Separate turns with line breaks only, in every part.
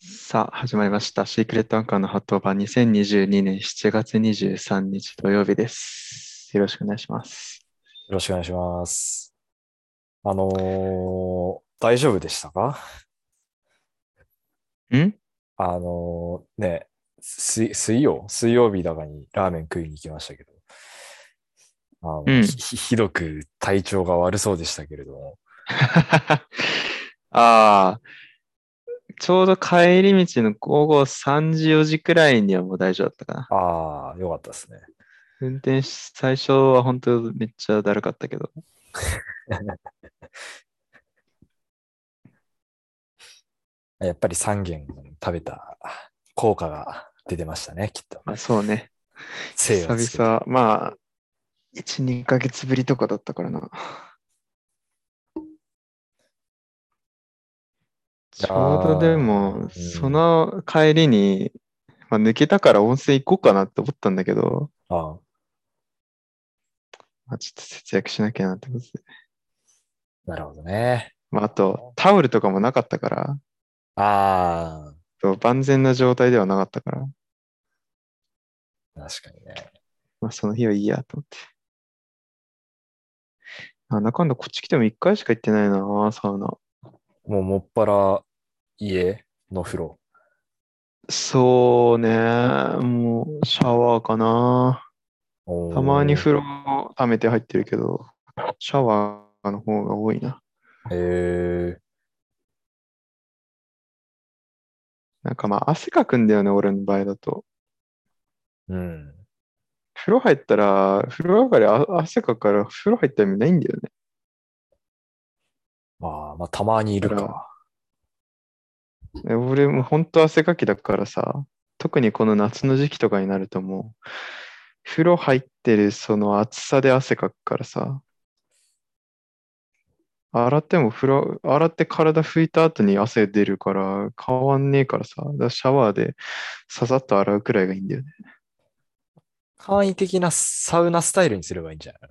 さあ、始まりました。シークレットアンカーの発動版2022年7月23日土曜日です。よろしくお願いします。
よろしくお願いします。あのー大丈夫でしたか
ん
あのーね、水、水曜水曜日だかにラーメン食いに行きましたけど、あの
うん
ひひひどく体調が悪そうでしたけれども、
あ あ、ちょうど帰り道の午後3時4時くらいにはもう大丈夫だったかな。
ああ、よかったですね。
運転し、最初は本当めっちゃだるかったけど。
やっぱり3軒食べた効果が出てましたね、きっと。
まあそうね。
精をつ
久
けて
々、まあ、1、2ヶ月ぶりとかだったからな。
いやー
ちょうどで
う
も、
ん
その帰りに、まあ、抜けたから温泉行こうかなって思ったんだけど、
ああ
まあ、ちょっと節約しなきゃなってことで。
なるほどね。
まあ、あと、タオルとかもなかったから、
あ
そう万全な状態ではなかったから、
あ、確かにね。
まあ、その日はいいやと思って。なんだかんだこっち来ても1回しか行ってないな、サウナ。
もうもっぱら家の風呂。
そうね、もうシャワーかな。
おー
たまに風呂を溜めて入ってるけど、シャワーの方が多いな。
へえ
なんかまあ汗かくんだよね、俺の場合だと。
うん。
風呂入ったら、風呂上がりあ汗かくから風呂入った意味ないんだよね。
まあ、まあ、たまにいる
だか
か。
で俺も本当汗かきだからさ、特にこの夏の時期とかになるともう、風呂入ってるその暑さで汗かくからさ、洗っても風呂、洗って体拭いた後に汗出るから変わんねえからさ、だからシャワーでささっと洗うくらいがいいんだよね。
簡易的なサウナスタイルにすればいいんじゃない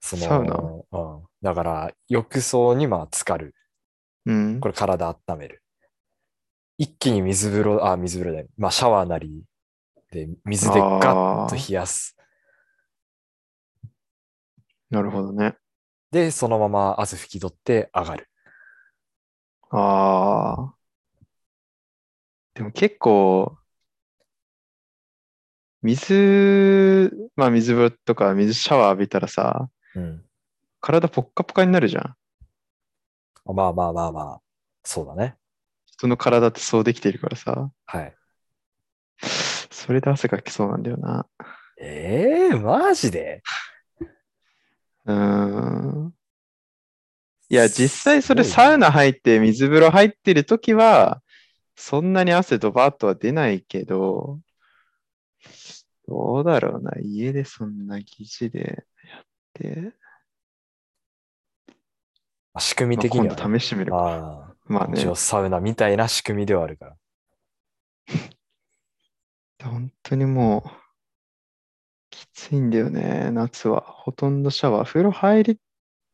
その
サウナ
うん。だから、浴槽にまあ、浸かる。
うん
こ。れ体温める。一気に水風呂、あ、水風呂で、まあ、シャワーなりで、水でガッ
あ
と
ー
冷やす。
なるほどね。
で、そのまま汗拭き取って上がる。
ああ。でも結構、水、まあ水風呂とか水シャワー浴びたらさ、
うん。
体ポッカポカになるじゃん。
まあまあまあまあ、そうだね。
人の体ってそうできてるからさ、
はい。
それで汗かきそうなんだよな。
ええマジで
うーん。いや、実際それサウナ入って水風呂入ってる時は、そんなに汗ドバーッとは出ないけど、どうだろうな。家でそんな疑似でやって、
まあ仕組み
まあ
的
今
にはね、
度試してみるか。
あ
まあ
あ、一
ね
応、サウナみたいな仕組みではあるから。
本当にもう、きついんだよね、夏は。ほとんどシャワー。風呂入り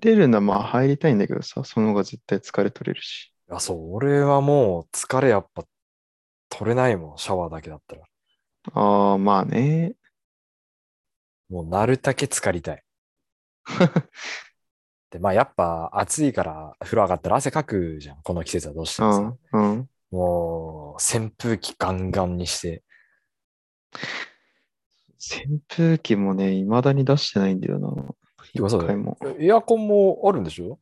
れるのはまあ入りたいんだけどさ、その方が絶対疲れ取れるし。
いや、そう、俺はもう疲れやっぱ取れないもん、シャワーだけだったら。
ああ、まあね。
もうなるだけ浸かり たい。で、まあやっぱ暑いから風呂上がったら汗かくじゃん、この季節はどうして
う
もさ。
ん、うん。
もう扇風機ガンガンにして、
扇風機もね、未だに出してないんだよな。
てかそう
一
だ
回
よ
も。
エアコンもあるんでしょ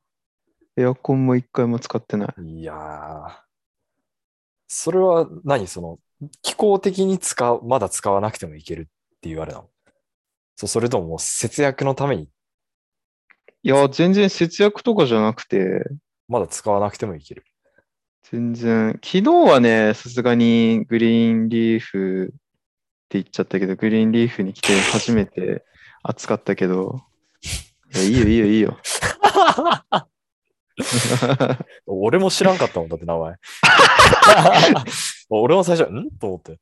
エアコンも一回も使ってない。
いやー、それは何その、気候的に使う、まだ使わなくてもいけるっていうあれなのそう、それとももう節約のために、
いや、全然節約とかじゃなくて、
まだ使わなくてもい ける。
全然。昨日はね、さすがにグリーンリーフって言っちゃったけど、グリーンリーフに来て初めて暑かったけど、いや、いいよ、いいよ、いいよ。
俺も知らんかったもん、だって名 前。俺も最初、んと思って。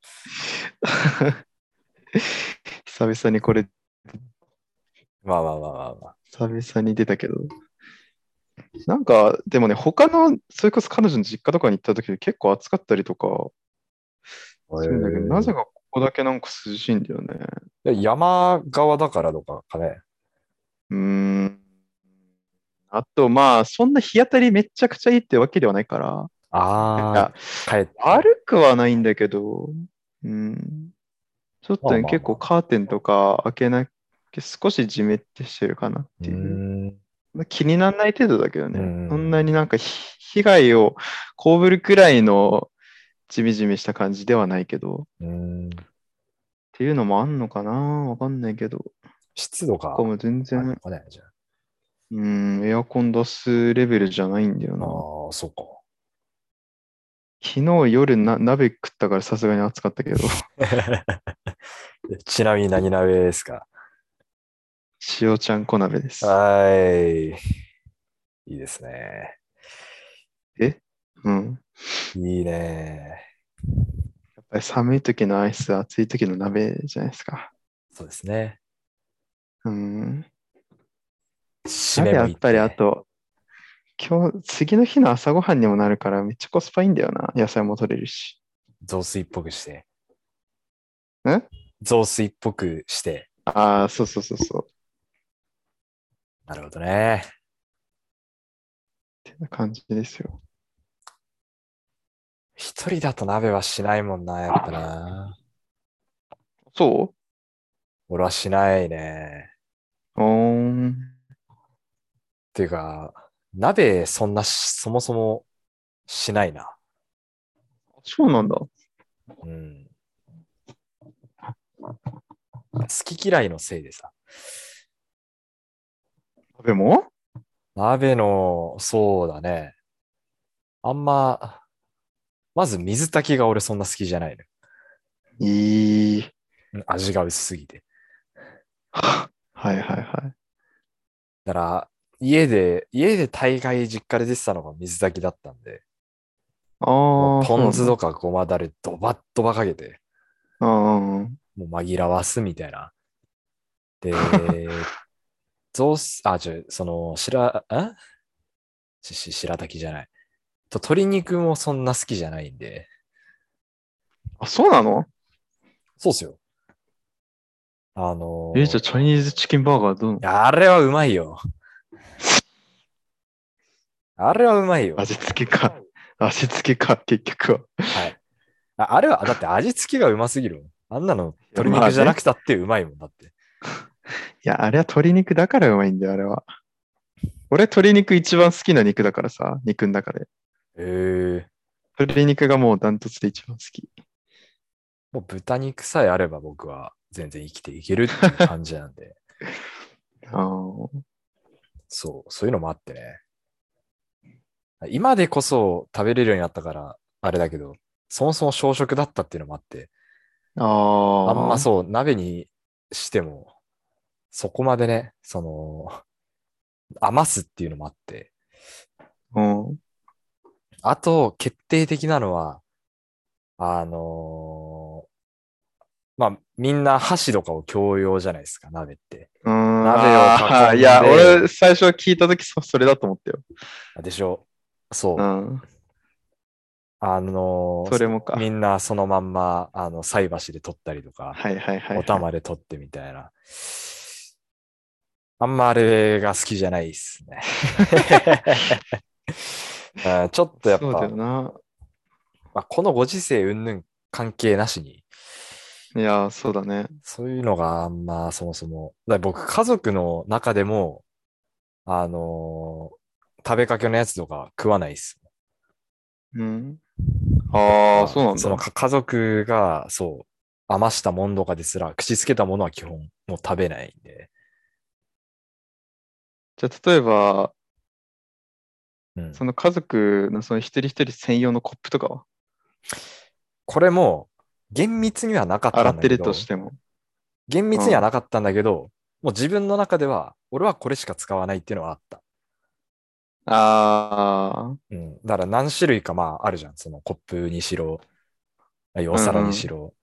久々にこれ、
まあまあまあまあまあ。
久々に出たけど。なんか、でもね、他の、それこそ彼女の実家とかに行った時結構暑かったりとかするんだけど、なぜかここだけなんか涼しいんだよね。
えー山側だからとかかね。
うーん。あと、まあ、そんな日当たりめちゃくちゃいいってわけではないから、なん
あ
か
あ、帰って。
悪くはないんだけど、うん。ちょっとね、
まあまあまあ
結構カーテンとか開けなきゃ少しじめってしてるかなっ
う
て
ー
いう。
ん。
まあ気にならない程度だけどね、
うん
そんなになんかひ被害を被るくらいのジメジメした感じではないけど、っ
うーん
ていうのもあんのかなわかんないけど、
湿度が。
ここも全
あれ
然、
かねじゃあ
うん、エアコン出すレベルじゃないんだよな。
ああ、そうか。
昨日夜な鍋食ったからさすがに暑かったけ ど、
ちなみに何鍋ですか
塩ちゃんこ鍋です。
はーい。いいですね。
うん。
いいね。
やっぱり寒い時のアイス、暑い時の鍋じゃないですか。
そうですね。
うん。
締
鍋
め
や
も
っ
いい
ぱりあ
ね。
と、今日、次の日の朝ごはんにもなるからめっちゃコスパいいんだよな。野菜も取れるし。
雑炊っぽくして。
ん
雑炊っぽくして。
ああ、そうそうそうそう。っ
なるほどね。
てな感じですよ。
一人だと鍋はしないもんな、やっぱな。
そ
俺はしないね。
ううーん。
っていうか、鍋そんなし、そもそもしないな。
そうなんだ。
うん。好き嫌いのせいでさ。
鍋も
鍋の、そうだね。あんま、まず水炊きが俺そんな好きじゃない
いい。
の。味が薄すぎて。
ははいはいはい。
だから、家で、家で大概実家で出てたのが水炊きだったんで、
あ
も
あ。
うポン酢
そう
とかごまだれドバッドバかけて、
なんだ。うん。
もう紛らわすみたいな。 で、雑炊、あ、ちょ、その、白、んしし白滝じゃない。と、鶏肉もそんな好きじゃないんで。
あ、そうなの
そうっすよ。あのー
え、じゃあチャイニーズチキンバーガーどうなの
あれはうまいよ。あれはうまいよ。
味付けか。味付けか、結局は。
はい。ああれは、だって味付けがうますぎるもん。あんなの鶏肉じゃなくたってうまいもんだって。
いや、あれは鶏肉だからうまいんだよ、あれは。俺、鶏肉一番好きな肉だからさ、肉の中で。
えー、
鶏肉がもうダントツで一番好き。
もう豚肉さえあれば僕は全然生きていけるっていう感じなんで。
あー
そう、そういうのもあってね。今でこそ食べれるようになったから、あれだけど、そもそも小食だったっていうのもあって、
あー。
あんまそう、鍋にしても、そこまでね、その、余すっていうのもあって、
うん。
あと、決定的なのは、あのーまあ、みんな箸とかを共用じゃないですか、鍋って。
うーん
鍋を
あ
囲ん
ー
で
いや、俺、最初聞いたときそ、それだと思ったよ。
でしょそ
う。
う
ん。
あのー
それもか。
みんなそのまんま、あの、菜箸で取ったりとか、
はいはいはい。
お玉で取ってみたいな。あんまあれが好きじゃないです ね。 うんちょっとやっぱ、
そうだよな。
まあ、このご時世云々関係なしに、
いや、そうだね。
そういうのがあんまそもそも、だから僕家族の中でも、あのー食べかけのやつとか食わないっす。
うん。ああ、そうなん
その
だ。
か家族が、そう、余したもんとかですら、口つけたものは基本もう食べないんで。
じゃあ、例えば、
うん
その家族のその一人一人専用のコップとかは
これも、厳密にはなかったん
洗
だけど。
ってるとしても。
厳密にはなかったんだけど、もう自分の中では、俺はこれしか使わないっていうのはあった。
あ
うん。だから何種類かまああるじゃん。そのコップにしろ、ああいうお皿にしろ。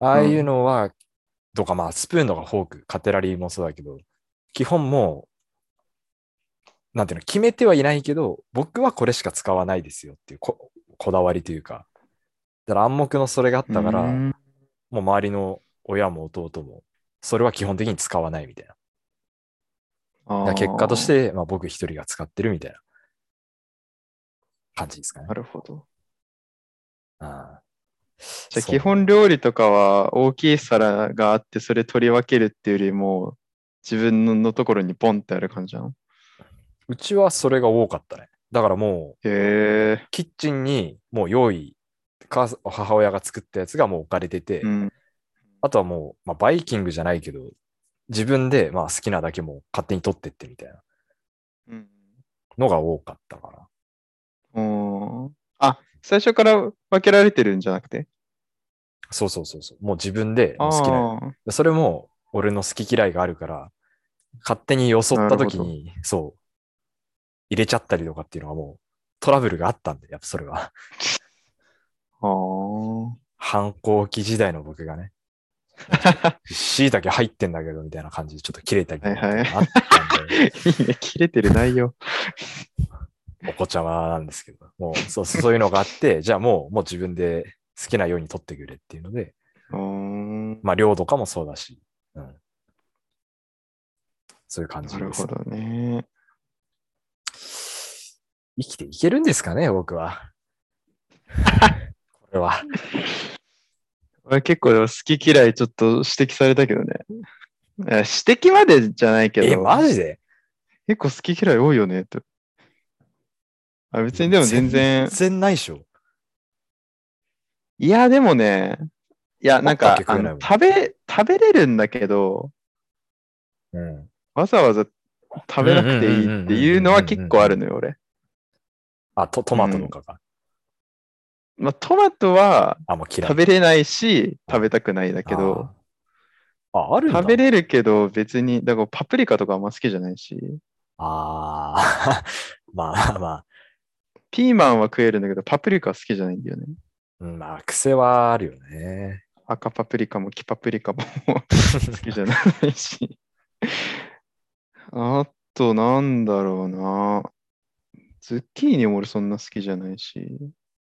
ああいうのは、とかまあスプーンとかフォーク、カテラリーもそうだけど、基本もなんていうの、決めてはいないけど、僕はこれしか使わないですよっていうここだわりというか、だから暗黙のそれがあったから、
うーん
もう周りの親も弟も、それは基本的に使わないみたいな。だから結果とし。
あ
て、まあ、僕一人が使ってるみたいな感じですかね
ー。なるほど。
あ
じゃあ基本料理とかは大きい皿があって、それ取り分けるっていうよりも、自分のところにポンってある感じなの
うちはそれが多かったね。だからも
へえ
う、キッチンにもう用意、母母親が作ったやつがもう置かれてて、
うん。
あとはもう、まあ、バイキングじゃないけど、自分でまあ好きなだけもう勝手に取ってってみたいな
うん
のが多かったかな。
おーあ、最初から分けられてるんじゃなくて
そうそうそうそう。もう自分で
あ
好きな。
ー
それも俺の好き嫌いがあるから、勝手によそった時
なる
に、そう、入れちゃったりとかっていうのはもうトラブルがあったんで、やっぱそれは。
あー。
反抗期時代の僕がね。 椎茸入ってんだけどみたいな感じでちょっと切れたりとか
はいはい
あったんで、
いいね、切れてる内容。
お子ちゃまなんですけど、もうそうそういうのがあって、 じゃあもうもう自分で好きなように取ってくれっていうので、
うーん
まあ量とかもそうだし、うん、そういう感じ
なる
です
ほ。どね。
生きていけるんですかね、僕は。 これは。
俺結構でも好き嫌いちょっと指摘されたけどね。いや指摘までじゃないけ
え、
ど、
マジで
結構好き嫌い多いよね、と。あ別にでも全然、
全然ないでしょ。
いや、でもね、いや、なん
パ
か
ッ、と
あ
は結
の
構
食べ、食べれるんだけど、
うん。
わざわざ食べなくていいっていうのは結構あるのよ、俺。
あ、トトマトとかが。
まあ、トマトは
あ、もう嫌い。
食べれないし、食べたくないだけど、
あー。あ、あるんだ。
食べれるけど別に、だからパプリカとかあんま好きじゃないし、
ああ。 まあまあ、
ピーマンは食えるんだけど、パプリカは好きじゃないんだよね。
うんまあ、癖はあるよね。
赤パプリカも黄パプリカも 好きじゃない し。あと、なんだろうな。ズッキーニも俺そんな好きじゃないし。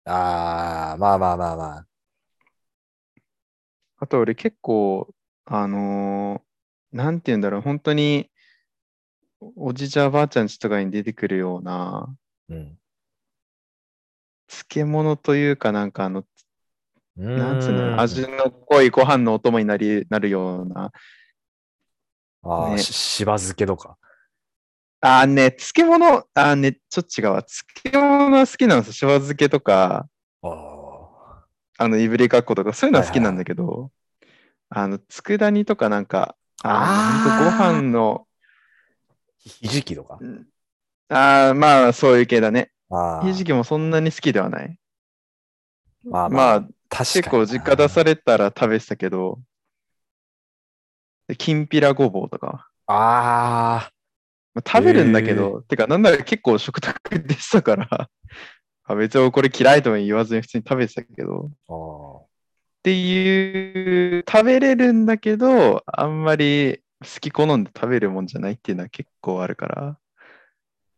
ああ、まあまあまあまあ。
あと俺結構、あのーなんて言うんだろう、本当に、おじいちゃんばあちゃんちとかに出てくるような、
うん。
漬物というかなんかあの、なんつう
うー
の、
ん
味の濃いご飯のお供になり、なるような。
ああ、
ね
ししば漬けとか。
あーね、漬物、あーね、ちょっと違うわ。漬物は好きなんですよ。しば漬けとか、
ああ。
あの、いぶりがっことか、そういうのは好きなんだけど、あの、佃煮とかなんか、あの
あ
ほん
ー
とご飯の、
ひじきとか。
ああ、まあ、そういう系だね。
ああ。
ひじきもそんなに好きではない。
まあま
ま
あ、
あ、
確かに
結構実家出されたら食べてたけど、できんぴらごぼうとか。
ああ、
まあ食べるんだけど、てか、なんなら結構食卓でしたから、 あ別にこれ嫌いとも言わずに普通に食べてたけど、
あー
っていう、食べれるんだけど、あんまり好き好んで食べるもんじゃないっていうのは結構あるから。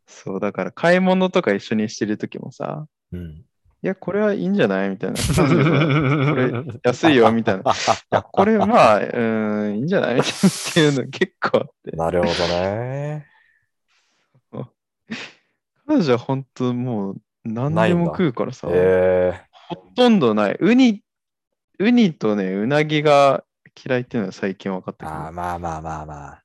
そう、だから買い物とか一緒にしてるときもさ、
うん。
いや、これはいいんじゃないみた いな。れ安いよ、みたいな。いや、これまあ、うーん、いいんじゃないみたいなっていうの結構あって。
なるほどね。
彼女は本当もう何
ない
で
んだ
も食うからさ、
ええ
ほとんどない。ウニ、ウニとね、ウナギが嫌いっていうのは最近分かったけ
ああ、
ど、
まあまあまあまあ。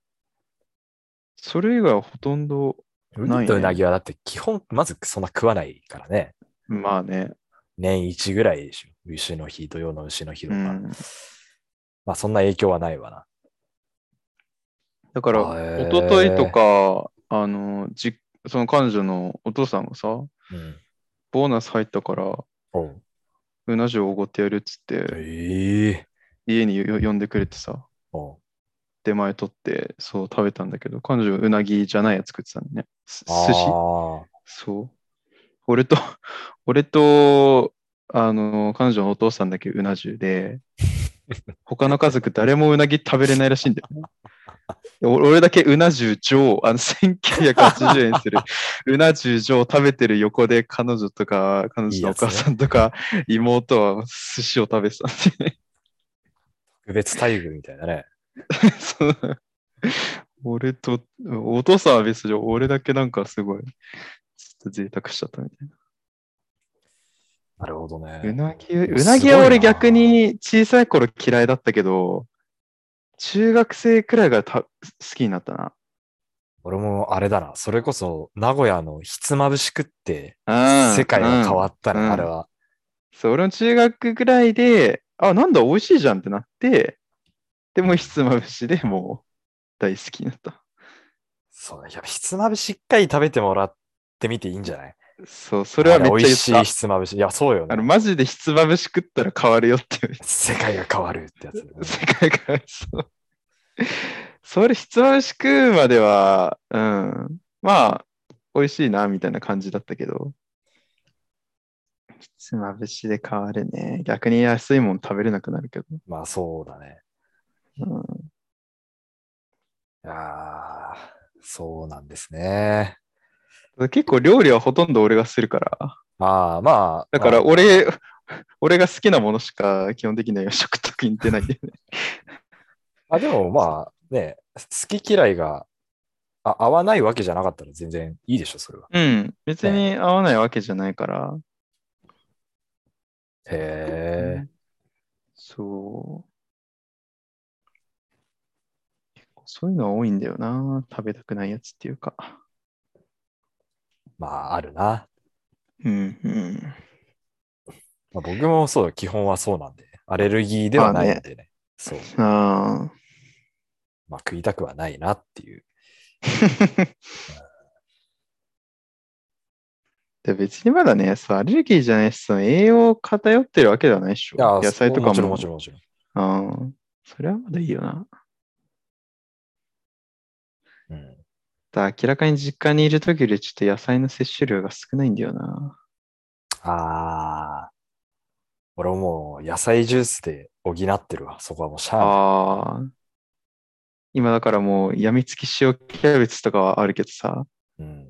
それ以外はほとんど
ウ
ないね
ニとウナギはだって基本、まずそんな食わないからね。
まあね。
年一ぐらいでしょ。牛の日、土曜の牛の日
う
とか。
ん、
まあそんな影響はないわな。
だから、
へー
一昨日とか、あの、じその彼女のお父さんがさ、
うん。
ボーナス入ったから、
おう
うな重をおごってやるっつって、
ええ
家によ呼んでくれてさ、
おう
出前取って、そう食べたんだけど、彼女、うなぎじゃないやつ食ってたんだね。す寿司
ああ
そう。俺と、 俺と、あの、彼女のお父さんだけうな重で、他の家族誰もうなぎ食べれないらしいんだよね。お俺だけうな重上、あの、1980円するうな重上食べてる横で彼女とか、彼女のお母さんとか、妹は寿司を食べてたんで、
特別待遇みたいなね。
その俺と、お父さんは別に俺だけなんかすごい、ちょっと贅沢しちゃったみたいな。
なるほどね。
うなぎ、
ごいうな
なぎは俺逆に小さい頃嫌いだったけど、中学生くらいがた好きになったな。
俺もあれだな。それこそ、名古屋のひつまぶしくって、
うん
世界が変わ
っ
った
うん
な、あれは。
そう、俺も中学くらいで、あ、なんだ、美味しいじゃんってなって、でもうひつまぶしでもう大好きになった。
そう、やっぱひつまぶしっかり食べてもらってみていいんじゃない
そう、それはめっ
あ
ち
美
ゃ
味し
言
い
った。
ひつまぶし。いや、そうよ
あの、
ね。
マジでひつまぶし食ったら変わるよっていう。
世界が変わるってやつ。うん
世界からそう。それ、ひつまぶし食うまでは、うん、まあ、美味しいな、みたいな感じだったけど。ひつまぶしで変わるね。逆に安いもん食べれなくなるけど。
まあ、そうだね。
うん、
いやーそうなんですね。
結構料理はほとんど俺がするから。
まあまあ。
だから
まあ
俺、俺が好きなものしか基本的には食卓に出ないんだよね。
あ、でもまあね、好き嫌いがあ合わないわけじゃなかったら全然いいでしょ、それは。
うん。別に合わないわけじゃないから。
へえ。
そう。結構そういうのは多いんだよな。食べたくないやつっていうか。
まああるな。
うんうん。
まあ、僕もそう、基本はそうなんで。アレルギーではないんでね。そう。
あ
まあ食いたくはないなっていう。
あ。で別にまだね、そうアレルギーじゃないし、その栄養偏ってるわけではないでしょ。
あ
野菜とかも。
もちろんもちろんもちろん。
ああ。それはまだいいよな。
うん、
だ明らかに実家にいるときよりちょっと野菜の摂取量が少ないんだよな。
ああ。俺はもう野菜ジュースで補ってるわ。そこはもうシャー
ああ。今だからもう、やみつき塩キャベツとかはあるけどさ、
うん。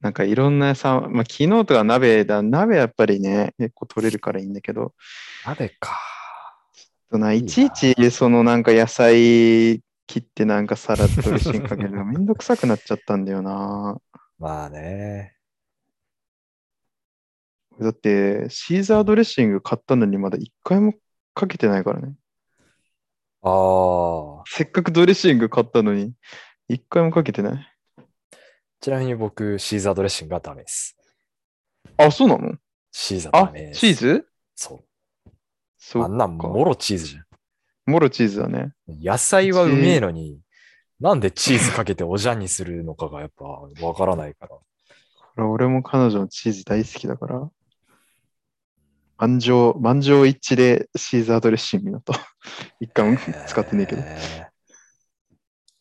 なんかいろんなさ、まあ、昨日とか鍋だ、鍋やっぱりね、結構取れるからいいんだけど、
鍋か。
その
い
い
な
ちいちそのなんか野菜切ってなんかサラダドレッシングかけ るのめんどくさくなっちゃったんだよな。
まあね。
だって、シーザードレッシング買ったのにまだ一回もかけてないからね。
ああ。
せっかくドレッシング買ったのに、一回もかけてない。
ちなみに僕、シーザードレッシングがダメです。
あ、そうなの
シーザーダ
あ
メで、す。
チーズ
そ。
そうう
あんなん
か
もろチーズじゃん。
もろチーズだね。
野菜はうめえのに、なんでチーズかけておじゃんにするのかがやっぱわからないから。
これ俺も彼女のチーズ大好きだから。満場、満場一致でシーザードレッシングだと。 一回も使ってねえけど。
えー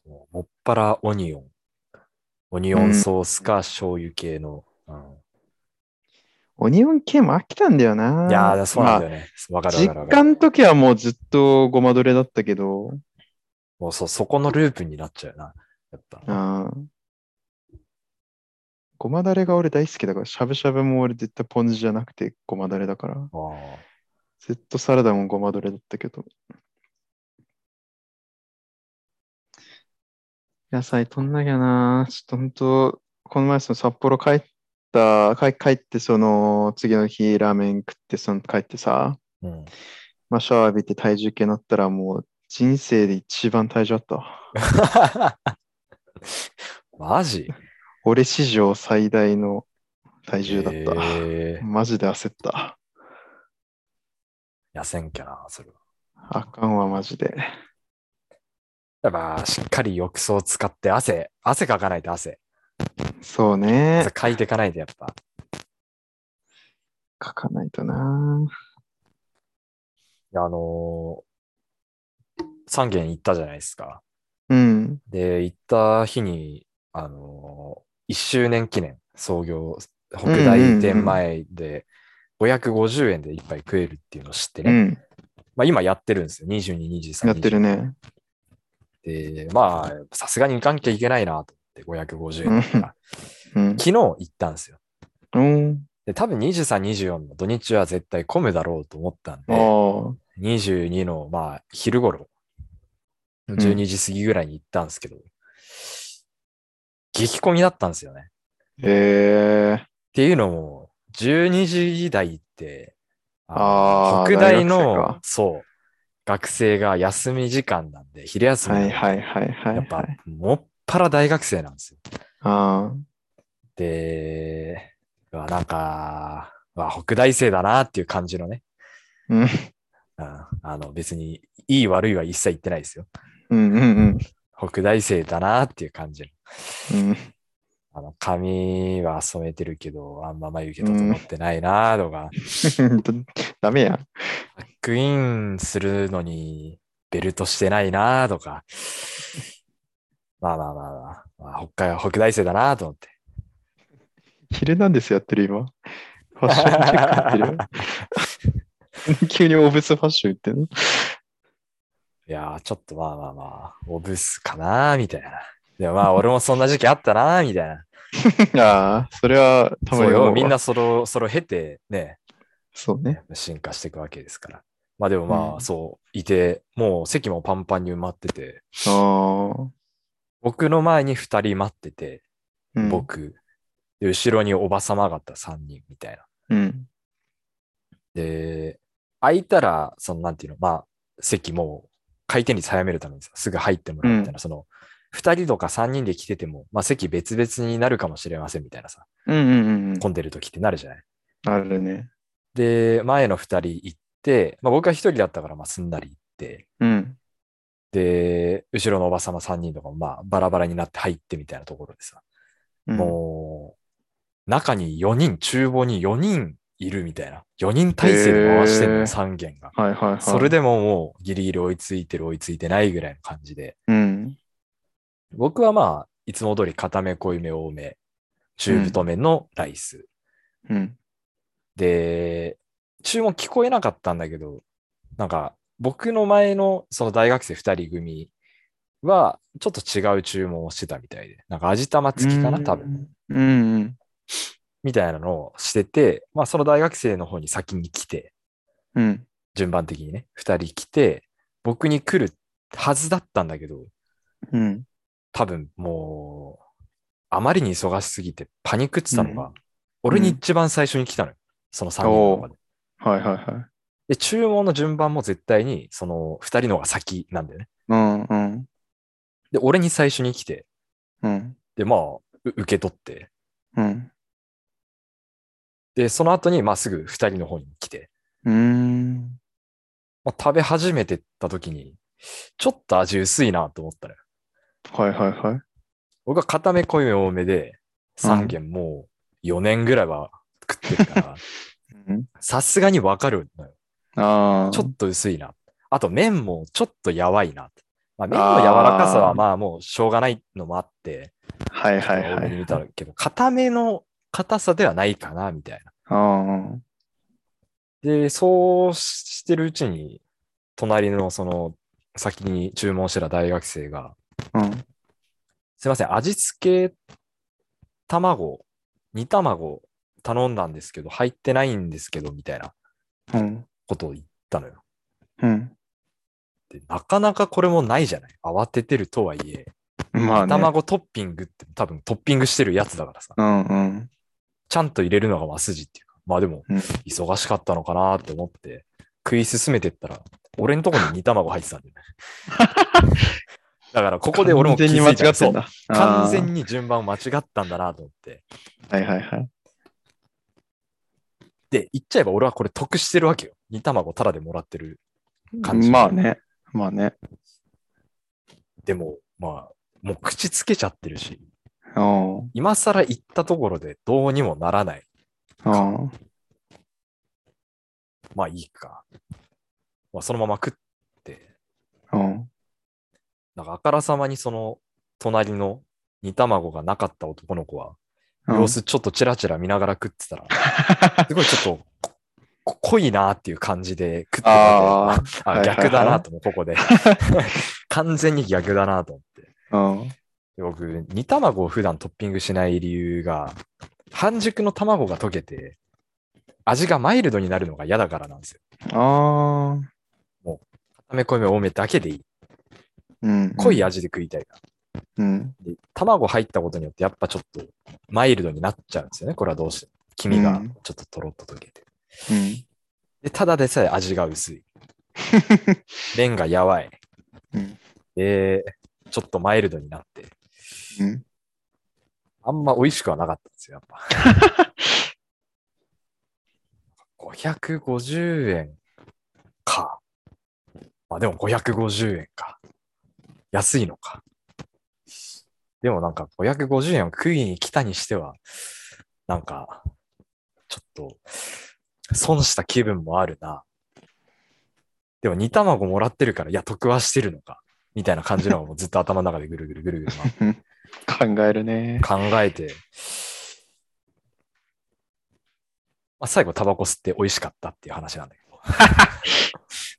もうもっぱらオニオン。オニオンソースか醤油系の。うん
オニオン系も飽きたんだよな。
いやー、そうなんだ
よ。
よね。わ、かるわ
実
かるわか
家
る。
の時はもうずっとごまどれだったけど、
もうそう、そこのループになっちゃうな。やっぱ。
あーごまだれが俺大好きだから、しゃぶしゃぶも俺絶対ポン酢じゃなくてごまだれだから、
あー
ずっとサラダもごまどれだったけど。野菜とんなきゃな。ちょっと本当、この前その札幌帰った、帰帰ってその次の日ラーメン食ってその帰ってさ、
うん、
まあ、シャワー浴びて体重計になったらもう人生で一番体重あったわ。
マジ
俺史上最大の体重だった。
えー
マジで焦った。
痩せんきゃな、それは。
あかんわ、マジで。
やっぱ、しっかり浴槽を使って汗、汗かかないと汗。
そうね
汗。かいていかないとやっぱ。
書かないとな。
いやあのー三軒行ったじゃないですか。
うん。
で、行った日に、あのー、1周年記念、創業、北大店前で、550円で一杯食えるっていうのを知って
う
ね。
ん。
まあ今やってるんですよ。22、23。
やってるね。
でで、まあ、さすがに行かなきゃいけないなと思って、550円だから。
うん。
昨日行ったんですよ。
うん。
で、多分23、24の土日は絶対混むだろうと思ったん
あ
で、
あ。
22の、まあ、昼頃、
ん
12時過ぎぐらいに行ったんですけど、激混みだったんですよね。っ
ええ
ていうのも、12時台って、
あ
の
ー
北
大学
大
生
の
か、
そう、学生が休み時間なんで、昼休み
は
なん
い
で、
はいはいはい。
やっぱ
はい、
もっぱら大学生なんですよ。
あ
で、うわなんか、うわ北大生だなっていう感じのね、
あ。うん。
うんあの別にいい悪いは一切言ってないですよ。
うんうん
北大生だなっていう感じの。
うん。うん
あの髪は染めてるけど、あんま眉毛整ってないなとか、
ダメやん。
バックインするのにベルトしてないなとか、まあまあまあまあ、まあ、北海北大生だなと思って。
ヒルナンデスやってる今。ファッションチェックやってるよ 急にオブスファッション言ってるの
いやー、ちょっとまあまあまあ、オブスかなーみたいな。でも まあ、俺もそんな時期あったなーみたいな。
ああ、それはたま
そ
に
う
思う
よ、
わ
みんなそれを、それを経てね、
そうね。
進化していくわけですから。まあでもまあ、
うん
そう、いて、もう席もパンパンに埋まってて、
ああ。
僕の前に二人待ってて、
うん。
僕、で後ろにおばさま方三人みたいな。
うん。
で、空いたら、その、なんていうの、まあ、席もう回転率早めるためにさすぐ入ってもらうみたいな、その、2人とか3人で来てても、まあ、席別々になるかもしれませんみたいなさ、
うんうんうんうん。
混んでる時ってなるじゃない。
あるね。
で、前の2人行って、まあ、僕は1人だったから、まあ、すんなり行って、
うん。
で、後ろのおばさま3人とかも、まあ、バラバラになって入ってみたいなところでさ、
うん
もう、中に4人、厨房に4人いるみたいな、4人体制で回してるの
へ
よ、
ー
3軒が。
はいはいはい。
それでももうギリギリ追いついてる追いついてないぐらいの感じで、
うん。
僕はまあ、いつも通り固め濃いめ多め、中太めのライス。
うん。
で、注文聞こえなかったんだけど、なんか僕の前のその大学生2人組はちょっと違う注文をしてたみたいで、なんか味玉付きかな、多分。
分。うんうん。
みたいなのをしてて、まあその大学生の方に先に来て、
うん。
順番的にね、2人来て、僕に来るはずだったんだけど、
うん。
多分もう、あまりに忙しすぎてパニックってたのが、俺に一番最初に来たのよ。その3人の中で。
はいはいはい。
で、注文の順番も絶対に、その2人の方が先なんだよね。
うんうん。
で、俺に最初に来て、
うん。
で、まあ、う受け取って、
うん。
で、その後に、まあすぐ2人の方に来て、
うーん。
まあ、食べ始めてった時に、ちょっと味薄いなと思ったのよ。
はいはいはい。
僕は固め濃いめ多めで、3軒もう4年ぐらいは食ってるから、
うん、
さすがにわかるのよ。
ああ。
ちょっと薄いな。あと麺もちょっとやばいな。まあ、麺
あ
の
ー
柔らかさはまあもうしょうがないのもあって、
はいはい
多
は
め
い
に。見たけど、硬めの硬さではないかな、みたいな。
あ
で、そうしてるうちに、隣のその先に注文してた大学生が、
あ。うん。
すいません、味付け卵、煮卵頼んだんですけど、入ってないんですけど、みたいな
うん。
ことを言ったのよ。
うん。
でなかなかこれもないじゃない慌ててるとはいえ、
まあね。
卵トッピングって多分トッピングしてるやつだからさ、
うんうん。
ちゃんと入れるのがまあ筋っていうか、まあでも
うん
忙しかったのかなと思って食い進めてったら、俺のとこに煮卵入ってたんだよね。 だからここで俺も気
完全に間
づ
違
いた
ってん
そう
だ。
完全
に。
に順番を間違ったんだなと思って。
はいはいはい。
で、言っちゃえば俺はこれ得してるわけよ。煮卵タダでもらってる感じ。
まあ。ね。まあね。
でも、まあ、もう口つけちゃってるし、
うん。うん。
今更行ったところでどうにもならない。まあいいか。まあそのまま食って、
うん。
なんかあからさまにその隣の煮卵がなかった男の子は、
うん
様子ちょっとチラチラ見ながら食ってたら、すごいちょっとここ濃いなっていう感じで食ってたんで
あ
あ
はいはいはい
逆だなと思う、ここで。 完全に逆だなと思って。
あ、うん。
僕、煮卵を普段トッピングしない理由が、半熟の卵が溶けて、味がマイルドになるのが嫌だからなんですよ。
ああ、
固め込め多めだけでいい。
うん。
濃い味で食いたいから。
うん。
で卵入ったことによって、やっぱちょっとマイルドになっちゃうんですよね。これはどうしても。黄身がちょっととろっと溶けて。
うん。
で、ただでさえ味が 薄い。麺がやわい。
うん。
で、ちょっとマイルドになって、
うん。
あんま美味しくはなかったんですよ、やっぱ。550円か。まあでも550円か。安いのか。でもなんか550円を食いに来たにしては、なんか、ちょっと、損した気分もあるな。でも煮卵もらってるから、いや、得はしてるのか。みたいな感じのがもうずっと頭の中でぐるぐるぐるぐる回って
考えるね。
考えて、まあ、最後タバコ吸って美味しかったっていう話なんだけ ど。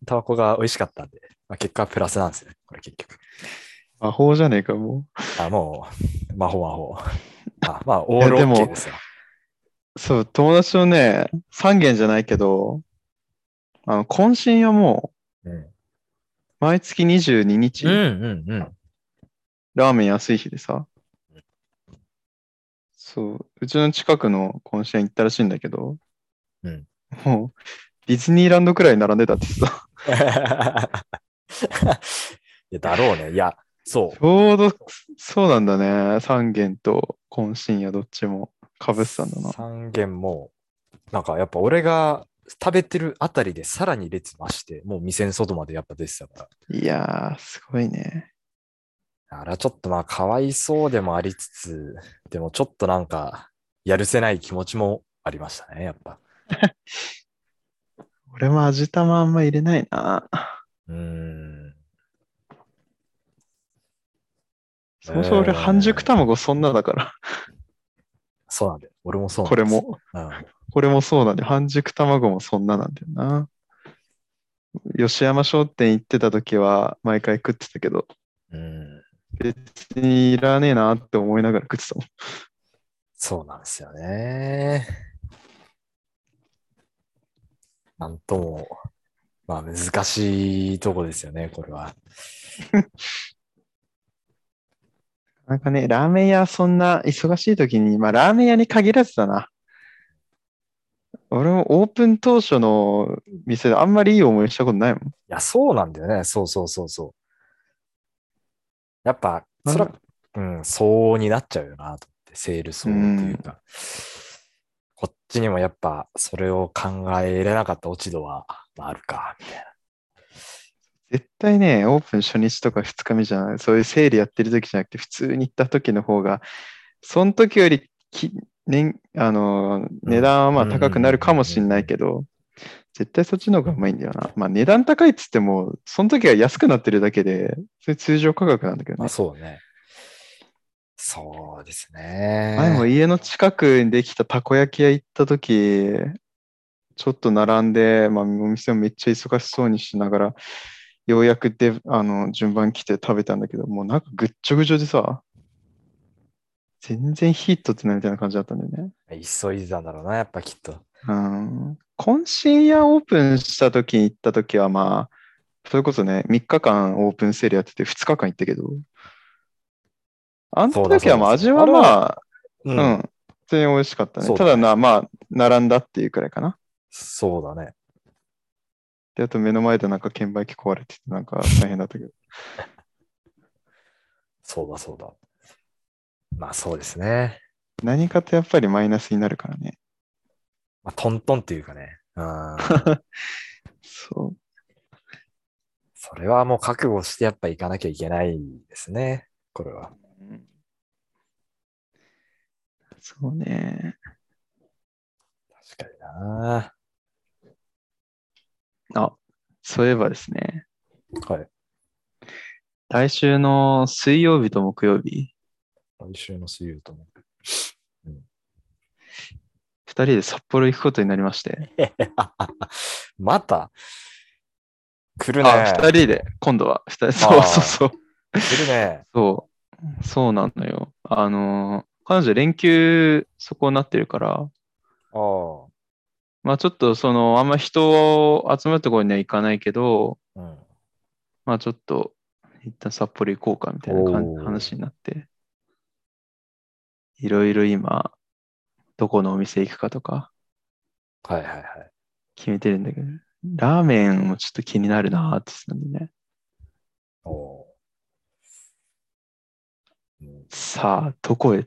タバコが美味しかったんで、まあ、結果はプラスなんですよね、これ結局。
魔法じゃねえか、も
あもう、魔法魔法。あ まあ、オール
いやでも
OK ですよ。
う。そう、友達のね、3軒じゃないけど、あの、懇親はも
うん、
う、毎月22日、
うん うんうん。
ラーメン安い日でさ、そう、うちの近くの懇親行ったらしいんだけど、
うん
もう、ディズニーランドくらい並んでたってさ、
いやだろうね。いや、そ
ちょうど、そうなんだね。3軒と懇親やどっちも被
う。
ってたんだな。
三軒も、なんかやっぱ俺が食べてるあたりでさらに列増して、もう店の外までやっぱ出てたから。
いやー、すごいね。
あら、ちょっとまあ、かわいそうでもありつつ、でもちょっとなんか、やるせない気持ちもありましたね、やっぱ。
俺も味玉あんま入れないな。
うーん。
そもそも俺、
えー
半熟卵そんなだから、
そうなんだよ。俺もそうなん
こ
だ
れ
よ。
も、
うん。
これもそうなんで、半熟卵もそんななんだよな。吉山商店行ってた時は、毎回食ってたけど、
うん。
別にいらねえなって思いながら食ってたもん。
そうなんですよね。なんとも、まあ、難しいとこですよね、これは。
なんかね、ラーメン屋、そんな忙しい時に、まあラーメン屋に限らずだな。俺もオープン当初の店であんまりいい思いしたことないもん。
いや、そうなんだよね。そうそうそうそう。やっぱ、
なん
そ
だ
ら、うん、相応になっちゃうよな、と思って、セール相応っていうか、こっちにもやっぱ、それを考えれなかった落ち度は、まあ、あるか、みたいな。
絶対ね、オープン初日とか2日目じゃない、そういう整理やってる時じゃなくて、普通に行った時の方が、その時よりき、年あの値段はまあ
うん
高くなるかもしれないけど、絶対そっちの方がうまいんだよな。まあ値段高いっつっても、その時は安くなってるだけで、それ通常価格なんだけど
まあ、
ね。
そうね。そうですね。
前も家の近くにできたたこ焼き屋行った時ちょっと並んで、まあ、お店もめっちゃ忙しそうにしながらようやくであの順番来て食べたんだけどもうなんかぐっちょぐちょでさ全然ヒットってないみたいな感じだったんだよね。
急いでたんだろうな、やっぱきっと。
うん懇親屋オープンした時に行った時はまあそれこそね3日間オープンセールやってて2日間行ったけどあの
そうだ
時はまあ
そ
味
うだ
は
あれ
まあ
う
うん、普通に美味しかった
そ
ね。
う
た
だね
だな、まあ、並んだっていうくらいかな。
そうだね。
で、あと目の前でなんか券売機壊れてて、なんか大変だったけど。
そうだ、そうだ。まあ、そうですね。
何かとやっぱりマイナスになるからね。
まあ、トントンっていうかね。うん。
そう。
それはもう覚悟してやっぱ行かなきゃいけないですね。これは。
そうね。
確かにな。
あ、そういえばですね、
はい。
来週の水曜日と木曜日、
来週の水曜とも。
2人で札幌行くことになりまして。
また来る
あ、
ね。
二人で、今度は二人、そうそうそう。
来るね。
そう、そうなのよ。あの、彼女連休そこになってるから、
ああ。
まあちょっとその、あんま人を集まるところには行かないけど、
うん。
まあちょっと、一旦札幌行こうかみたいな感
おー
話になって、いろいろ今、どこのお店行くかとか
はいはいはい。
決めてるんだけど、ラーメンもちょっと気になるなーって言ってたんでね。
おおー。うん
さあ、どこへ連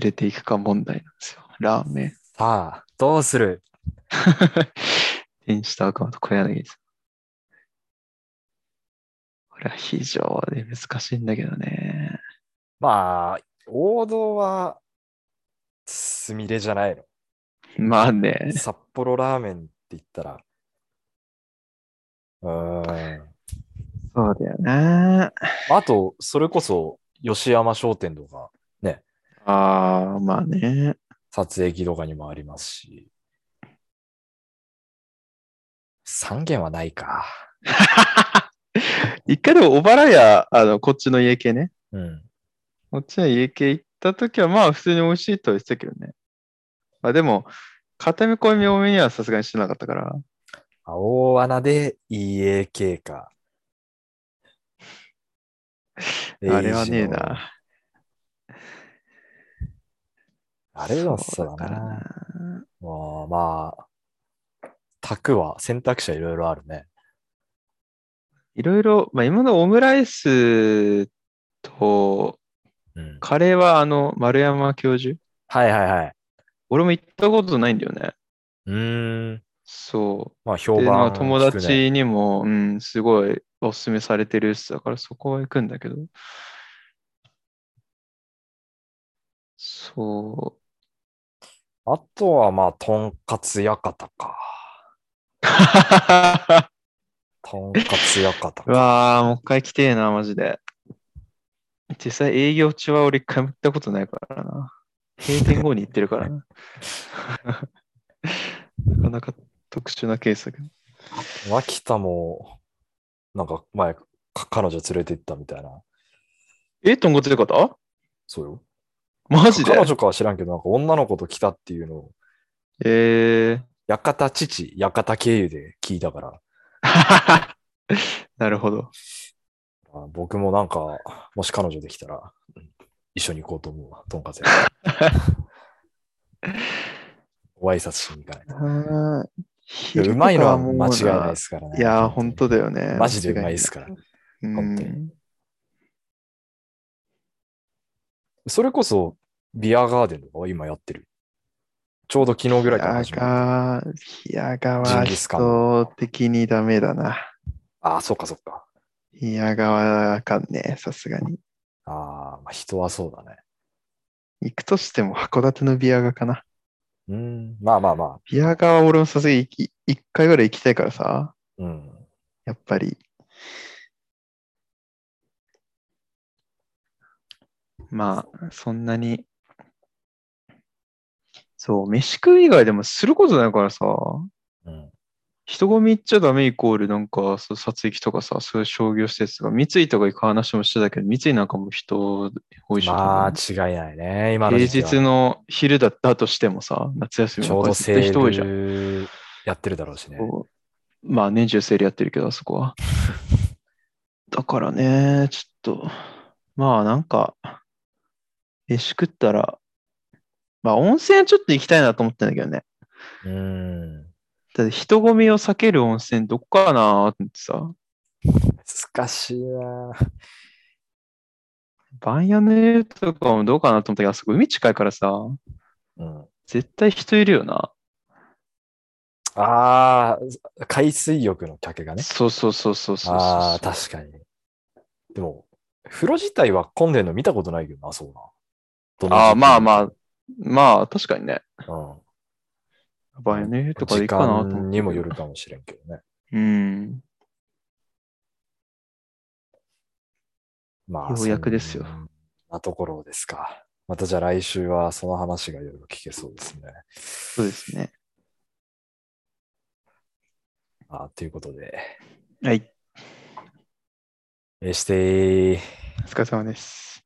れて行くか問題なんですよ。ラーメン。
さあ、どうする
天使と悪魔と小柳です。これは非常に難しいんだけどね。
まあ、王道は、すみれじゃないの。
まあね、
札幌ラーメンって言ったら。うーん。
そうだよな。
あと、それこそ、吉山商店とか、
ああ、まあね。
撮影機とかにもありますし。3軒はないか。
一回でも小原屋、あの、こっちの家系ね。
うん。
こっちの家系行った時は、まあ普通に美味しいとは言ってたけどね。まあでも、片見込み多めにはさすがにしてなかったから。
あ大穴で EAK か。
あれはねえ
エイジの
な。
あれはそう
だ
だ
から
な。
な。
もうまあ、択は選択肢はいろいろあるね。
いろいろ、まあ、今のオムライスと
うん。
カレーはあの丸山教授
はいはいはい。
俺も行ったことないんだよね。
うーん。
そ
ま
う。
あ、評
で、まあ
判、
友達にも、うん、すごいおすすめされてるやつだからそこは行くんだけど。そう。
あとは、まあ、とんかつ屋形か。とんかつ屋形
うわあ、もう一回来てえな、マジで。実際営業中は俺一回も行ったことないからな。閉店後に行ってるから な。なかなか特殊なケースだけど。
脇田も、なんか前、か彼女連れてったみたいな。
え、とんかつかった
そうよ。
マジで
彼女かは知らんけど、なんか女の子と来たっていうのを、
え
屋形父、屋形経由で聞いたから、
ー。 なるほど。
あ僕もなんか、もし彼女できたら、うん一緒に行こうと思うわ、とんかつ屋。 ご挨拶しに行かないといや。うまいのは間違いないですからね。
いやー、本当だよね。
マジでうまいですから。
間違
本当
いない。うん
それこそ、ビアガーデンとかは今やってる。ちょうど昨日ぐらいから
あ
始まった。
が、いやが
ジン
は
ギスカン
人的にダメだな。
ああ、そっかそっか。
いやがはあかんね、さすがに。
ああ、まあ、人はそうだね。
行くとしても函館のビアガかな。
うん、まあまあまあ。
ビアガは俺もさすがに行き一回ぐらい行きたいからさ、
うん。
やっぱり。まあ、そんなに。そう、飯食う以外でもすることないからさ、
うん、
人混み行っちゃダメイコールなんか、そう殺撃とかさ、そういう商業施設とか、三井とか行く話もしてたけど、三井なんかも人多いし、
まあ、違いないね。今の
平
時期は
日の昼だったとしてもさ、夏休み
ちょうど
絶対
セ
人多いじゃん。
ールやってるだろうしね。
こうまあ年中整理やってるけど、あそこ は。だからね、ちょっと、まあなんか、飯食ったら、まあ温泉はちょっと行きたいなと思ってんだけどね。
うん。
ただ人混みを避ける温泉どこかなーってさ、
難しいな。
番屋の湯とかもどうかなと思ったけど、あそこ海近いからさ、
うん、
絶対人いるよな。
ああ、海水浴の客がね。
そうそうそうそうそうそう
ああ、確かに。でも、風呂自体は混んでるの見たことないけどな、そうな。どの時期
ああ、
も
まあまあ、まあ確かにね。
うん。
場合ね、とかでい
時
いかなと思って
間にもよるかもしれんけどね。
うん。
まあ、
ようやくですよ
そんなところですか。またじゃあ来週はその話がいろいろ聞けそうですね。
そうですね。
あということで、
はい。
えーしてー。
お疲れ様です。